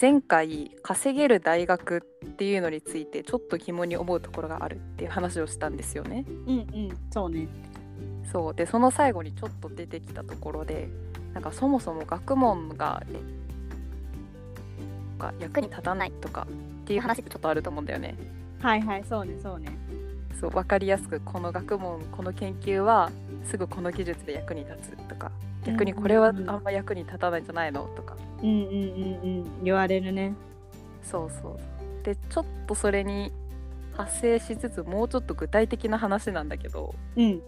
前回稼げる大学っていうのについてちょっと疑問に思うところがあるっていう話をしたんですよね。うんうんそうねそうでその最後にちょっと出てきたところでなんかそもそも学問がえが役に立たないとかっていう話ってちょっとあると思うんだよね。はいはいそうねそうねそう分かりやすくこの学問この研究はすぐこの技術で役に立つとか逆にこれはあうんうんうんんま役に立たないんじゃないのとかうんうんうんうん言われるねそうそうでちょっとそれに発生しつつもうちょっと具体的な話なんだけどうん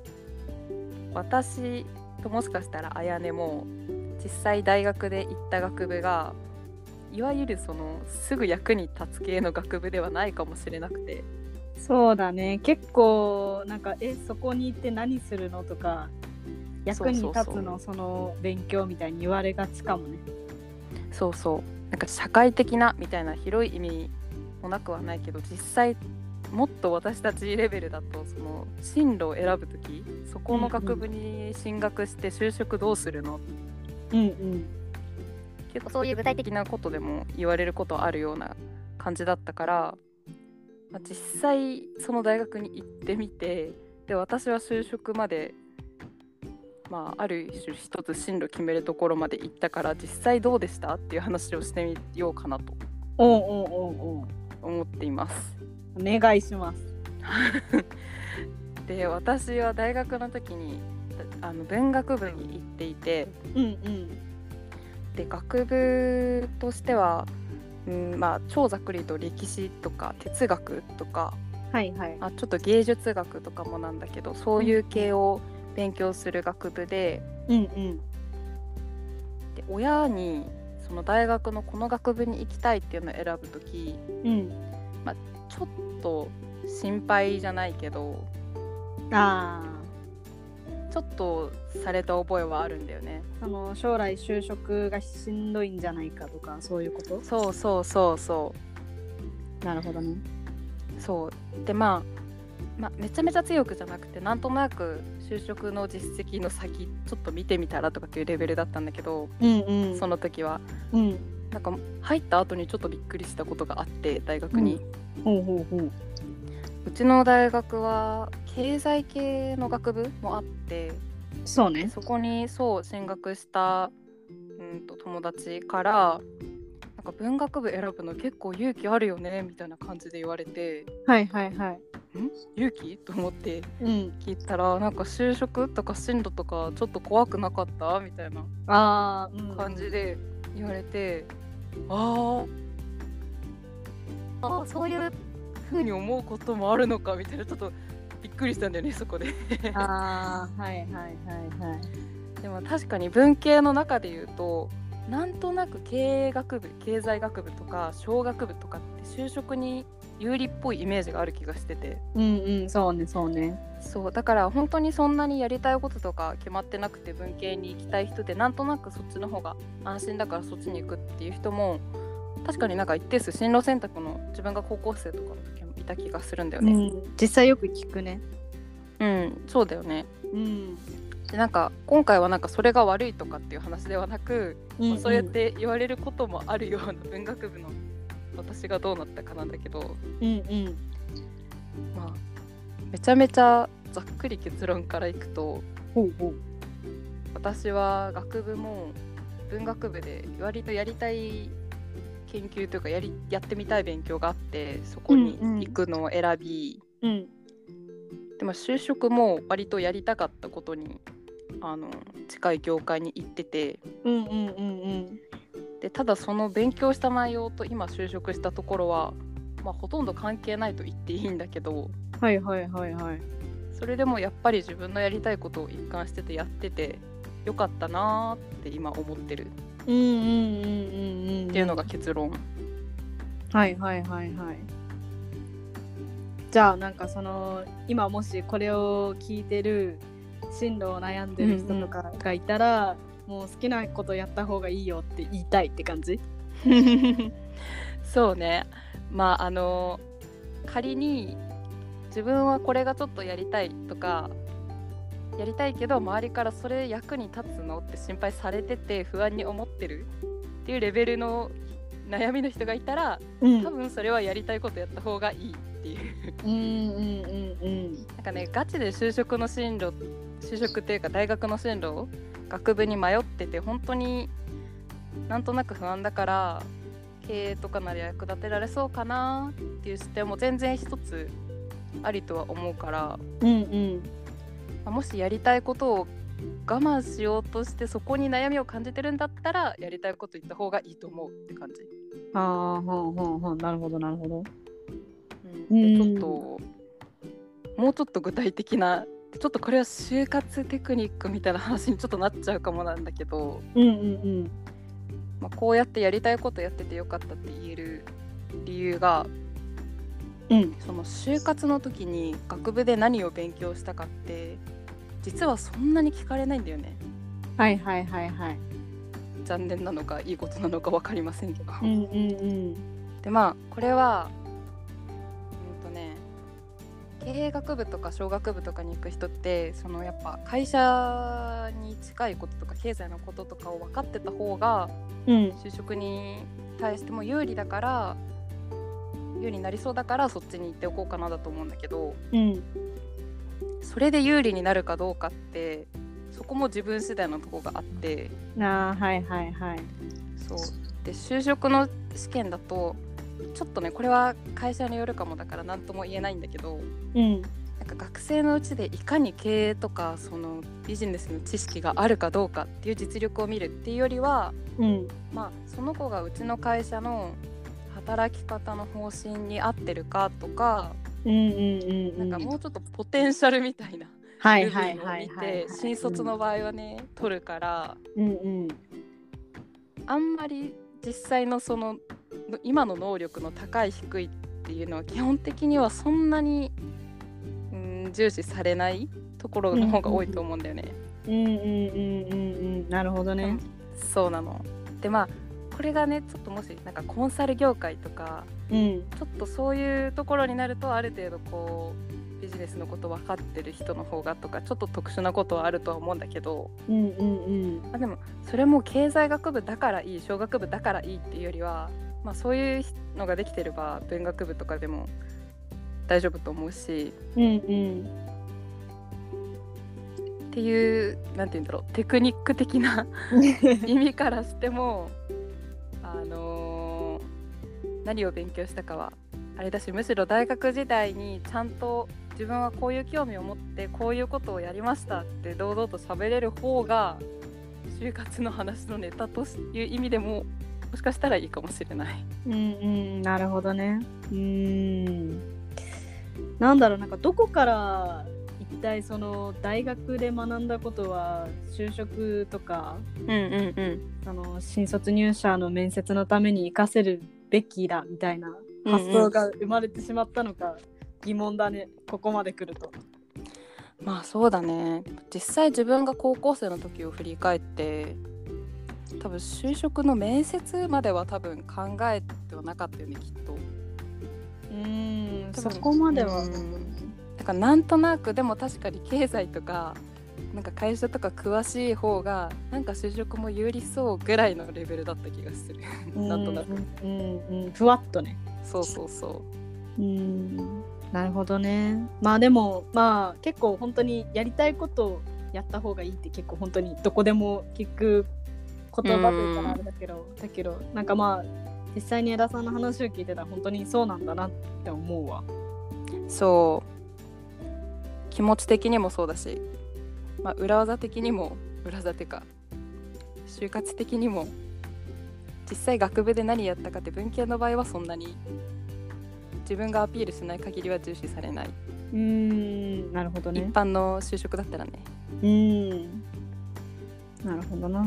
私ともしかしたらあやねも実際大学で行った学部がいわゆるそのすぐ役に立つ系の学部ではないかもしれなくてそうだね結構なんかえそこに行って何するのとか役に立そうそうつのその勉強みたいに言われがちかもねそうそうなんか社会的なみたいな広い意味もなくはないけど実際もっと私たちレベルだとその進路を選ぶ時そこの学部に進学して就職どうするのうんうん結構そういう具体的なことでも言われることあるような感じだったから、まあ、実際その大学に行ってみてで私は就職まで、まあ、ある種一つ進路決めるところまで行ったから実際どうでしたっていう話をしてみようかなとおうおうおうおう思っています。お願いしますで私は大学の時にあの文学部に行っていて。うんうんで学部としては、うんまあ、超ざっくりと歴史とか哲学とか、はいはいまあ、ちょっと芸術学とかもなんだけどそういう系を勉強する学部でうんうんで親にその大学のこの学部に行きたいっていうのを選ぶ時うんちょっと心配じゃないけどあちょっとされた覚えはあるんだよね。あその将来就職がしんどいんじゃないかとかそういうことそうそうそうそうなるほどねそうでまあ、まあ、めちゃめちゃ強くじゃなくてなんとなく就職の実績の先ちょっと見てみたらとかっていうレベルだったんだけど、うんうんその時はうんなんか入った後にちょっとびっくりしたことがあって大学に、ほうほうほううちの大学は経済系の学部もあってそうねそこにそう進学したうんと友達からなんか文学部選ぶの結構勇気あるよねみたいな感じで言われてはいはいはい勇気と思ってうん聞いたらなんか就職とか進路とかちょっと怖くなかったみたいなああ、うん感じで言われて、あああそういうふうに思うこともあるのかみたいなちょっとびっくりしたんだよねそこでああはいはいはいは いでも確かに文系の中で言うとなんとなく経営学部経済学部とか商学部とかって就職に有利っぽいイメージがある気がしててうんうんそうねそうねそうだから本当にそんなにやりたいこととか決まってなくて文系に行きたい人でなんとなくそっちの方が安心だからそっちに行くっていう人も確かになんか一定数進路選択の自分が高校生とかの時もいた気がするんだよね。実際よく聞くねうん、そうだよねうんでなんか今回はなんかそれが悪いとかっていう話ではなく、まあそうやって言われることもあるような文学部の私がどうなったかなんだけど、うんうんまあ、めちゃめちゃざっくり結論からいくと。ほうほう私は学部も文学部で割とやりたい研究というかやりやってみたい勉強があってそこにうんうん行くのを選び、うんでも就職も割とやりたかったことにあの近い業界に行っててうんうんうんうんでただその勉強した内容と今就職したところは、まあ、ほとんど関係ないと言っていいんだけどはいはいはいはいそれでもやっぱり自分のやりたいことを一貫しててやっててよかったなーって今思ってるうんうんうんうんうんっていうのが結論。はいはいはいはいじゃあなんかその今もしこれを聞いてる進路を悩んでる人とかがいたら、もう好きなことやった方がいいよって言いたいって感じ そうねまああの仮に自分はこれがちょっとやりたいとかやりたいけど周りからそれ役に立つのって心配されてて不安に思ってるっていうレベルの悩みの人がいたらうん多分それはやりたいことやった方がいいっていううんうんうんなんかねガチで就職の進路就職っていうか大学の進路を学部に迷ってて本当になんとなく不安だから経営とかなら役立てられそうかなっていう視点も全然一つありとは思うからうんうんうんまあもしやりたいことを我慢しようとしてそこに悩みを感じてるんだったらやりたいこと言った方がいいと思うって感じ。ああほんほんほんなるほどなるほどでちうょんっともうちょっと具体的なちょっとこれは就活テクニックみたいな話にちょっとなっちゃうかもなんだけど、うんうんまあ、こうやってやりたいことやっててよかったって言える理由がうんうんその就活の時に学部で何を勉強したかって実はそんなに聞かれないんだよねはいはいはいはい残念なのかいいことなのか分かりませんけど。うんうんでまあこれはうんとね経営学部とか商学部とかに行く人ってそのやっぱ会社に近いこととか経済のこととかを分かってた方がうんうん就職に対しても有利だから有利になりそうだからそっちに行っておこうかなだと思うんだけどうんそれで有利になるかどうかってそこも自分次第のとこがあってああはいはいはいそうで就職の試験だとちょっとねこれは会社によるかもだから何とも言えないんだけどうんなんか学生のうちでいかに経営とかそのビジネスの知識があるかどうかっていう実力を見るっていうよりは、うんまあ、その子がうちの会社の働き方の方針に合ってるかとかうんうんうんなんかもうちょっとポテンシャルみたいなはい部分はいをはい見はてい新卒の場合はね取るからうんうんあんまり実際のそのの今の能力の高い低いっていうのは基本的にはそんなに、うん、重視されないところの方が多いと思うんだよね。うんうんうんうんうんなるほどねそうなの。でまあこれがねちょっともしなんかコンサル業界とかうんちょっとそういうところになるとある程度こうビジネスのこと分かってる人の方がとかちょっと特殊なことはあるとは思うんだけどうんうんうんあでもそれも経済学部だからいい小学部だからいいっていうよりは、まあ、そういうのができてれば文学部とかでも大丈夫と思うしうんうんっていうなんて言うんだろうテクニック的な意味からしてもあのー何を勉強したかはあれだしむしろ大学時代にちゃんと自分はこういう興味を持ってこういうことをやりましたって堂々と喋れる方が就活の話のネタという意味でももしかしたらいいかもしれない。うんうんなるほどねうーんなんだろうなんかどこから一体その大学で学んだことは就職とかうんうんうん、あの新卒入社の面接のために活かせるべきだみたいな発想が生まれてしまったのか疑問だねここまで来ると。まあそうだね実際自分が高校生の時を振り返って多分就職の面接までは多分考えてはなかったよねきっと。うん多分そこまでは。うんだからなんとなくでも確かに経済とかなんか会社とか詳しい方がなんか就職も有利そうぐらいのレベルだった気がするなんとなくうんうんうんふわっとね。そうそうそうんなるほどね。まあでもまあ結構本当にやりたいことをやった方がいいって結構本当にどこでも聞く言葉といううんかあれだけど、だけどなんかまあ実際に江田さんの話を聞いてたら本当にそうなんだなって思うわ。うそう気持ち的にもそうだし、まあ、裏技的にも裏技っていうか就活的にも実際学部で何やったかって文系の場合はそんなに自分がアピールしない限りは重視されない、うんなるほど一。般の就職だったらねうんなるほどな。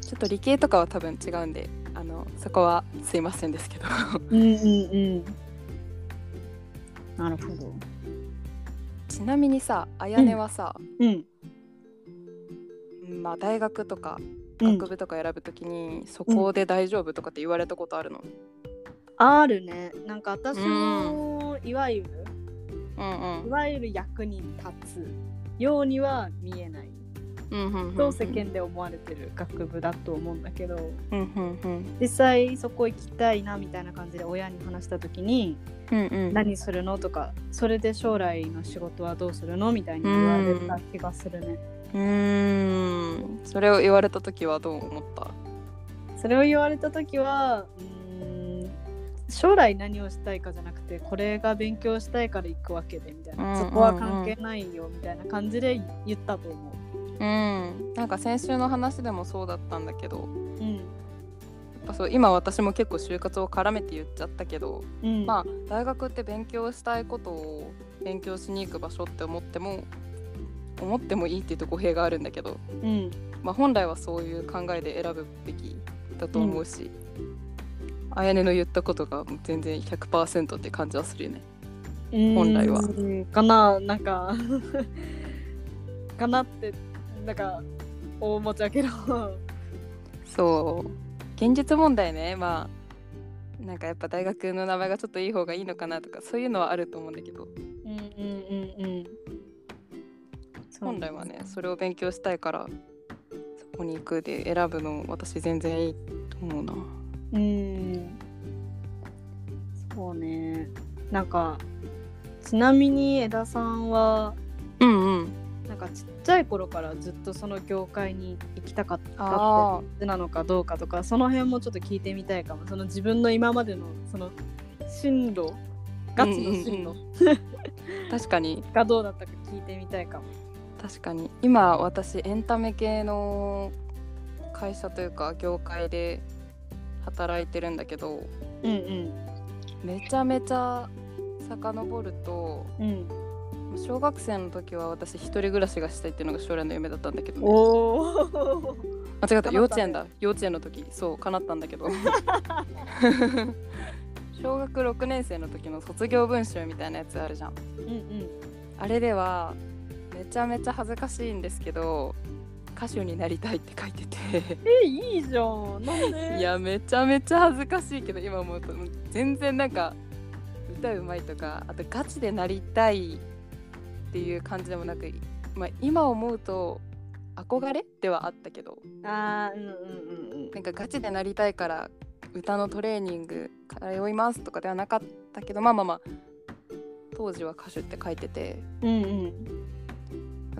ちょっと理系とかは多分違うんであのそこはすいませんです けどうんうんうん。なるほど。ちなみにさあやねはさ、うん。まあ、大学とかうん学部とか選ぶときに、そこで大丈夫とかって言われたことあるの、あるね。なんか私も、いわゆる、うん、うんいわゆる役に立つようには見えない。と世間で思われてる学部だと思うんだけど、うんうんうん実際そこ行きたいなみたいな感じで親に話した時にうんうん何するのとかそれで将来の仕事はどうするのみたいに言われた気がするね。うーんそれを言われた時はどう思ったそれを言われた時はうーん将来何をしたいかじゃなくてこれが勉強したいから行くわけでみたいな、うんうんうんそこは関係ないよみたいな感じで言ったと思うんなんか先週の話でもそうだったんだけどう。うんやっぱそう今私も結構就活を絡めて言っちゃったけど、うんまあ大学って勉強したいことを勉強しに行く場所って思っても思ってもいいっていうと語弊があるんだけど、うんまあ、本来はそういう考えで選ぶべきだと思うし、あやねの言ったことが全然100%って感じはするよね。本来はうんかななんか かなってなんか大持ちだけどそう現実問題ねまあなんかやっぱ大学の名前がちょっといい方がいいのかなとかそういうのはあると思うんだけどうんうんうんうん本来はねそれを勉強したいからそこに行くで選ぶの私全然いいと思うなうんそうねなんかちなみに江田さんはうんうんなんかちっちゃい頃からずっとその業界に行きたかったっあてなのかどうかとかその辺もちょっと聞いてみたいかもその自分の今までのその進路ガチの進うんう路あ確かにがどうだったか聞いてみたいかも。確かに今私エンタメ系の会社というか業界で働いてるんだけどうんうんめちゃめちゃ遡るとうん、小学生の時は私一人暮らしがしたいっていうのが将来の夢だったんだけど、ね、おお間違った叶ったね幼稚園だ幼稚園の時そう叶ったんだけ ど小学6年生の時の卒業文集みたいなやつあるじゃんうんうんあれではめちゃめちゃ恥ずかしいんですけど歌手になりたいって書いててえいいじゃんなんでいやめちゃめちゃ恥ずかしいけど今思うと全然なんか歌うまいとかあとガチでなりたいっていう感じでもなく、まあ、今思うと憧れではあったけどあーうんうんうんうんなんかガチでなりたいから歌のトレーニング通いますとかではなかったけどまあまあまあ当時は歌手って書いててうんうん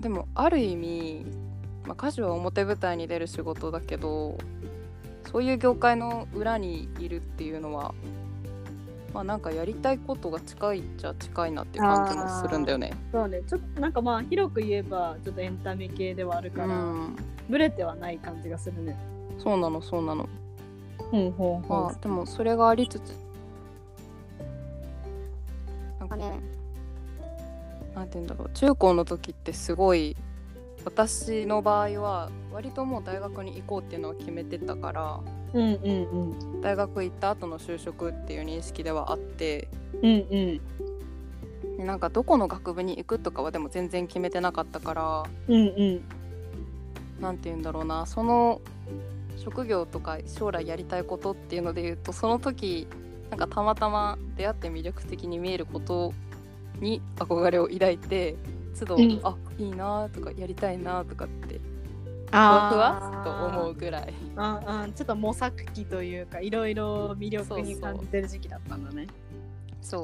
でもある意味、まあ、歌手は表舞台に出る仕事だけどそういう業界の裏にいるっていうのはまあなんかやりたいことが近いっちゃ近いなっていう感じもするんだよね。そうねちょっとなんかまあ広く言えばちょっとエンタメ系ではあるうから、ん、ブレてはない感じがするねそうなのそうなの。ほうほうまあでもそれがありつつなんかねなんて言うんだろう中高の時ってすごい私の場合は割ともう大学に行こうっていうのは決めてたからうんうんうん大学行った後の就職っていう認識ではあってうんうんでなんかどこの学部に行くとかはでも全然決めてなかったからうんうんなんて言うんだろうなその職業とか将来やりたいことっていうので言うとその時なんかたまたま出会って魅力的に見えることに憧れを抱いて都度、うんあいいなとかやりたいなとかってふわあふわーっと思うぐらいああちょっと模索期というかいろいろ魅力にそうそう感じてる時期だったんだねそう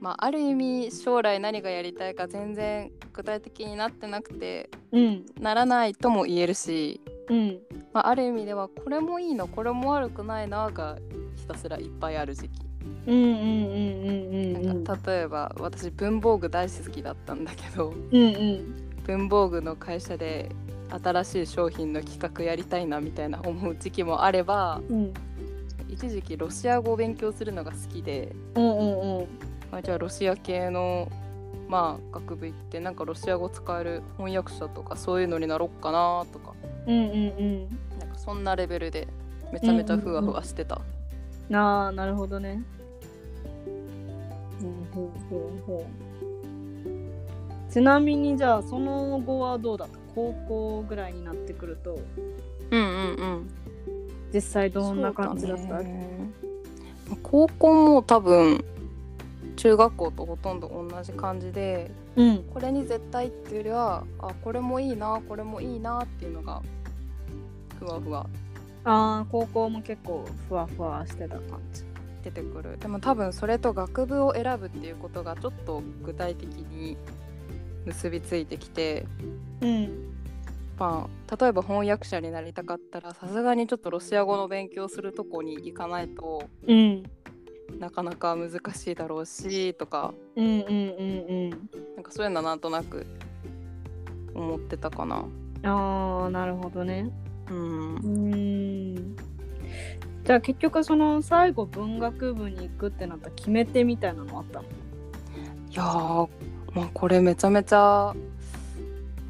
まあある意味将来何がやりたいか全然具体的になってなくてうんならないとも言えるし、うんまあ、ある意味ではこれもいいなこれも悪くないながひたすらいっぱいある時期。うんうんうんうんうんうなんんか例えば私文房具大好きだったんだけどうんうん文房具の会社で新しい商品の企画やりたいなみたいな思う時期もあればうん一時期ロシア語を勉強するのが好きで、うんうんうんまあ、じゃあロシア系の、まあ、学部行ってなんかロシア語使える翻訳者とかそういうのになろっかなとかうんうんうんなんかそんなレベルでめちゃめちゃふわふわしてた。なあなるほどね。ほうほうほうちなみにじゃあその後はどうだった高校ぐらいになってくるとうんうんうん実際どんな感じだったそうね高校も多分中学校とほとんど同じ感じでうんこれに絶対っていうよりはあこれもいいなこれもいいなっていうのがふわふわああ高校も結構ふわふわしてた感じ出てくるでも多分それと学部を選ぶっていうことがちょっと具体的に結びついてきて、うんまあ、例えば翻訳者になりたかったらさすがにちょっとロシア語の勉強するとこに行かないとうんなかなか難しいだろうしとかうんうんうんうんなんかそういうのはなんとなく思ってたかな。ああなるほどねうんうーんじゃあ結局その最後文学部に行くってなった決め手みたいなのあったのいやー、まあ、これめちゃめちゃあ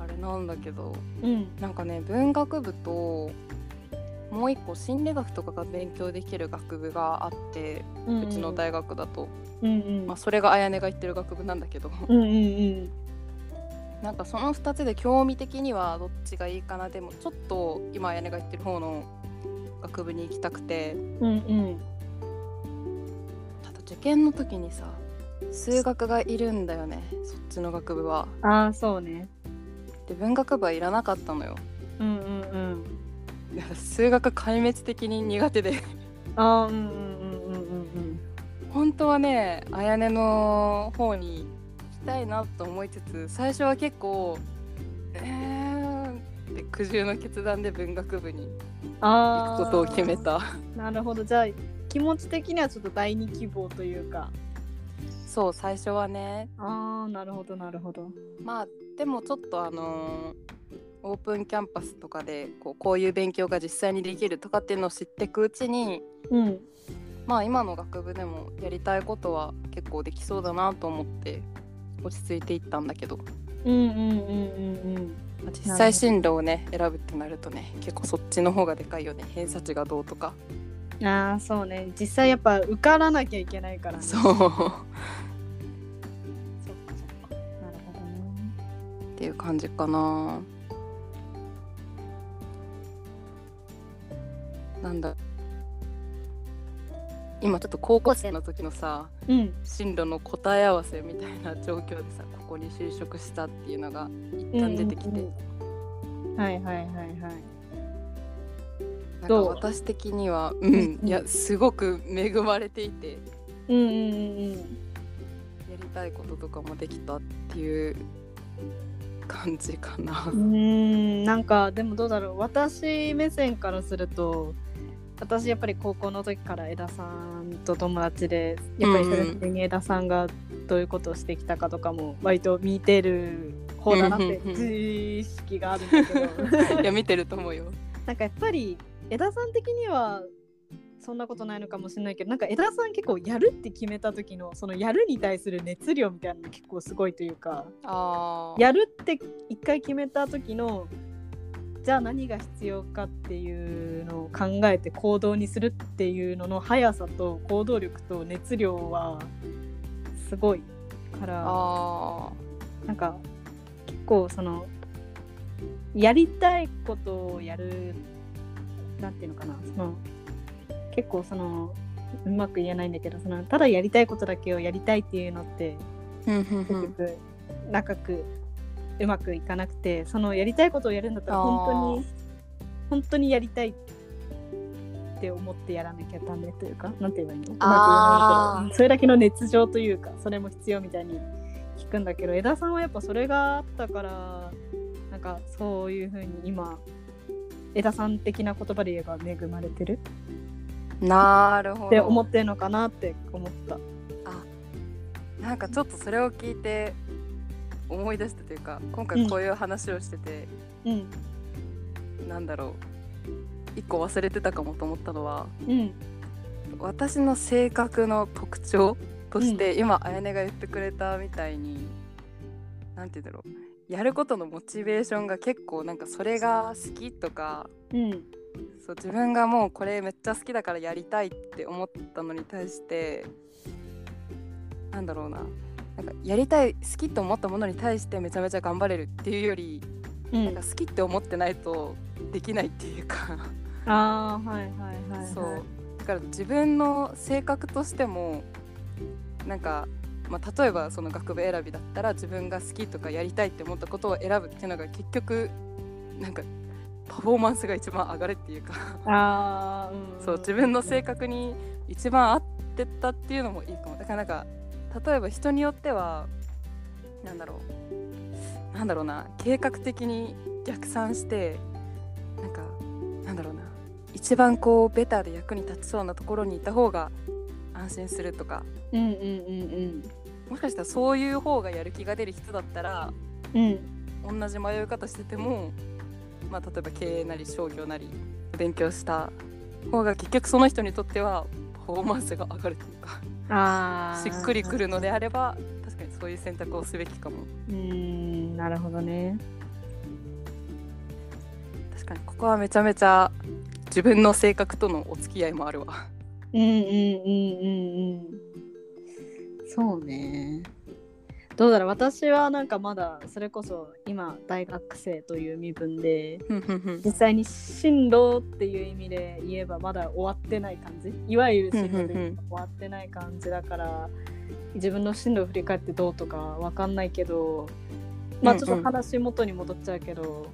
れなんだけどうんなんかね文学部ともう一個心理学とかが勉強できる学部があってうんうちの大学だと、うんうんまあ、それがあやねが言ってる学部なんだけど うんうんうんなんかその2つで興味的にはどっちがいいかなでもちょっと今あやねが言ってる方の学部に行きたくてうんうんただ受験の時にさ数学がいるんだよねそっちの学部は。ああそうねで文学部はいらなかったのよ。うんうんうんいや数学壊滅的に苦手で ああうんうんうんうんうん本当はねあやねの方に行きたいなと思いつつ最初は結構えーって苦渋の決断で文学部にうん行ああくことを決めたなるほどじゃあ気持ち的にはちょっと第二希望というかそう最初はねああなるほどなるほどまあでもちょっとあのーオープンキャンパスとかでこうこういう勉強が実際にできるとかっていうのを知ってくうちにうんまあ今の学部でもやりたいことは結構できそうだなと思って落ち着いていったんだけどうんうんうんうんうんまあ実際進路をね選ぶってなるとね結構そっちの方がでかいよね偏差値がどうとかああそうね実際やっぱ受からなきゃいけないからねそうそっかっそっかなるほどねていう感じかななんだ今ちょっと高校生の時のさうん進路の答え合わせみたいな状況でさここに就職したっていうのが一旦出てきて、うんはいはいはいはいなんかどう私的にはうんいやすごく恵まれていて。うんうんうんやりたいこととかもできたっていう感じかなう。んなんかでもどうだろう私目線からすると私やっぱり高校の時から枝さんと友達でやっぱりそれぞれに枝さんがどういうことをしてきたかとかも割と見てる方だなってうんうんうん知識があるんだけど。 いや見てると思うよ。なんかやっぱり枝さん的にはそんなことないのかもしれないけどなんか枝さん結構やるって決めた時のそのやるに対する熱量みたいなの結構すごいというかあやるって一回決めた時のじゃあ何が必要かっていうのを考えて行動にするっていうのの速さと行動力と熱量はすごいから。あなんか結構そのやりたいことをやるなんていうのかなその結構そのうまく言えないんだけどそのただやりたいことだけをやりたいっていうのって結ー。局長くうまくいかなくて、そのやりたいことをやるんだったらあー本当に本当にやりたいって思ってやらなきゃダメというかなんて言えばいいのうまく言えないけどそれだけの熱情というかそれも必要みたいに聞くんだけど枝さんはやっぱそれがあったからなんかそういうふうに今枝さん的な言葉で言えば恵まれてるなるほって思どっ。てるのかなって思った。なんかちょっとそれを聞いて思い出したというか今回こういう話をしてて、うんなんだろう一個忘れてたかもと思ったのはうん私の性格の特徴として、今あやねが言ってくれたみたいになんて言うんだろうやることのモチベーションが結構なんかそれが好きとかうんそう自分がもうこれめっちゃ好きだからやりたいって思ったのに対してなんだろうななんかやりたい好きと思ったものに対してめちゃめちゃ頑張れるっていうより、うなんか好きって思ってないとできないっていうか。ああはいはいはい、はい、そうだから自分の性格としてもなんかまあ、例えばその学部選びだったら自分が好きとかやりたいって思ったことを選ぶっていうのが結局なんかパフォーマンスが一番上がるっていうかあーんそう自分の性格に一番合ってったっていうのもいいかもだからなんか例えば人によってはなんだろうなんだろうな計画的に逆算してなんかなんだろうな一番こうベターで役に立ちそうなところにいた方が安心するとかうんうんうんもしかしたらそういう方がやる気が出る人だったらうんうん同じ迷い方してても、まあ、例えば経営なり商業なり勉強した方が結局その人にとってはパフォーマンスが上がるというかあしっくりくるるのであれば確かにそういう選択をすべきかもうーんなるほどね確かにここはめちゃめちゃ自分の性格とのお付き合いもあるわうんうんうんうんうんそうねどうだろう私はなんかまだそれこそ今大学生という身分で実際に進路っていう意味で言えばまだ終わってない感じいわゆる進路でうんうんう終んわってない感じだから自分の進路を振り返ってどうとかわかんないけどまあうんちうんょっと話元に戻っちゃうけど、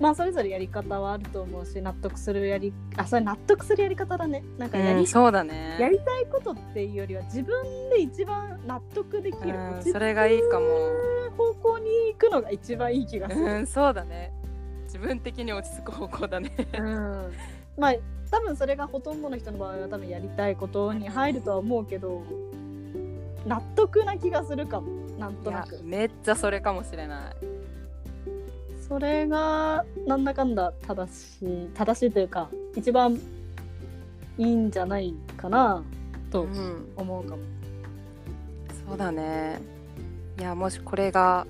まあそれぞれやり方はあると思うし納得するやりあそれ納得するやり方だねなんかやり,、うんそうだやねりたいことっていうよりは自分で一番納得できる、うんそ自分れがいいかもの方向に行くのが一番いい気がする。うんそうだね自分的に落ち着く方向だねうんまあ多分それがほとんどの人の場合は多分やりたいことに入るとは思うけど納得な気がするかもなんいとなやくめっちゃそれかもしれないそれがなんだかんだ正しい正しいというか一番いいんじゃないかなとうん思うかも、そうだねいやもしこれが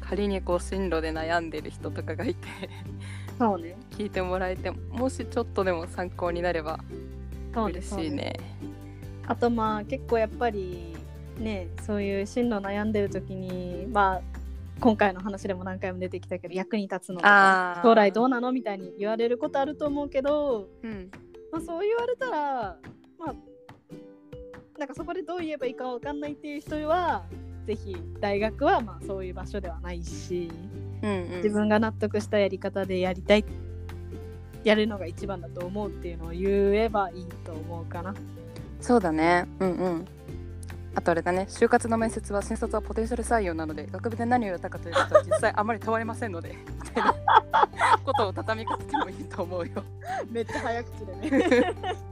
仮にこう進路で悩んでる人とかがいて そうね聞いてもらえてもしちょっとでも参考になればそうね嬉しいねあとまあ結構やっぱりねそういう進路悩んでる時にまあ今回の話でも何回も出てきたけど役に立つのとかあー将来どうなのみたいに言われることあると思うけど、うんまあ、そう言われたらまあなんかそこでどう言えばいいかわかんないっていう人はぜひ大学はまあそういう場所ではないしうん自分が納得したやり方でやりたいやるのが一番だと思うっていうのを言えばいいと思う かな。そうだねうんうんあとあれだね就活の面接は新卒はポテンシャル採用なので学部で何をやったかということは実際あまり変わりませんのでみたいなことを畳みかけてもいいと思うよめっちゃ早口でね。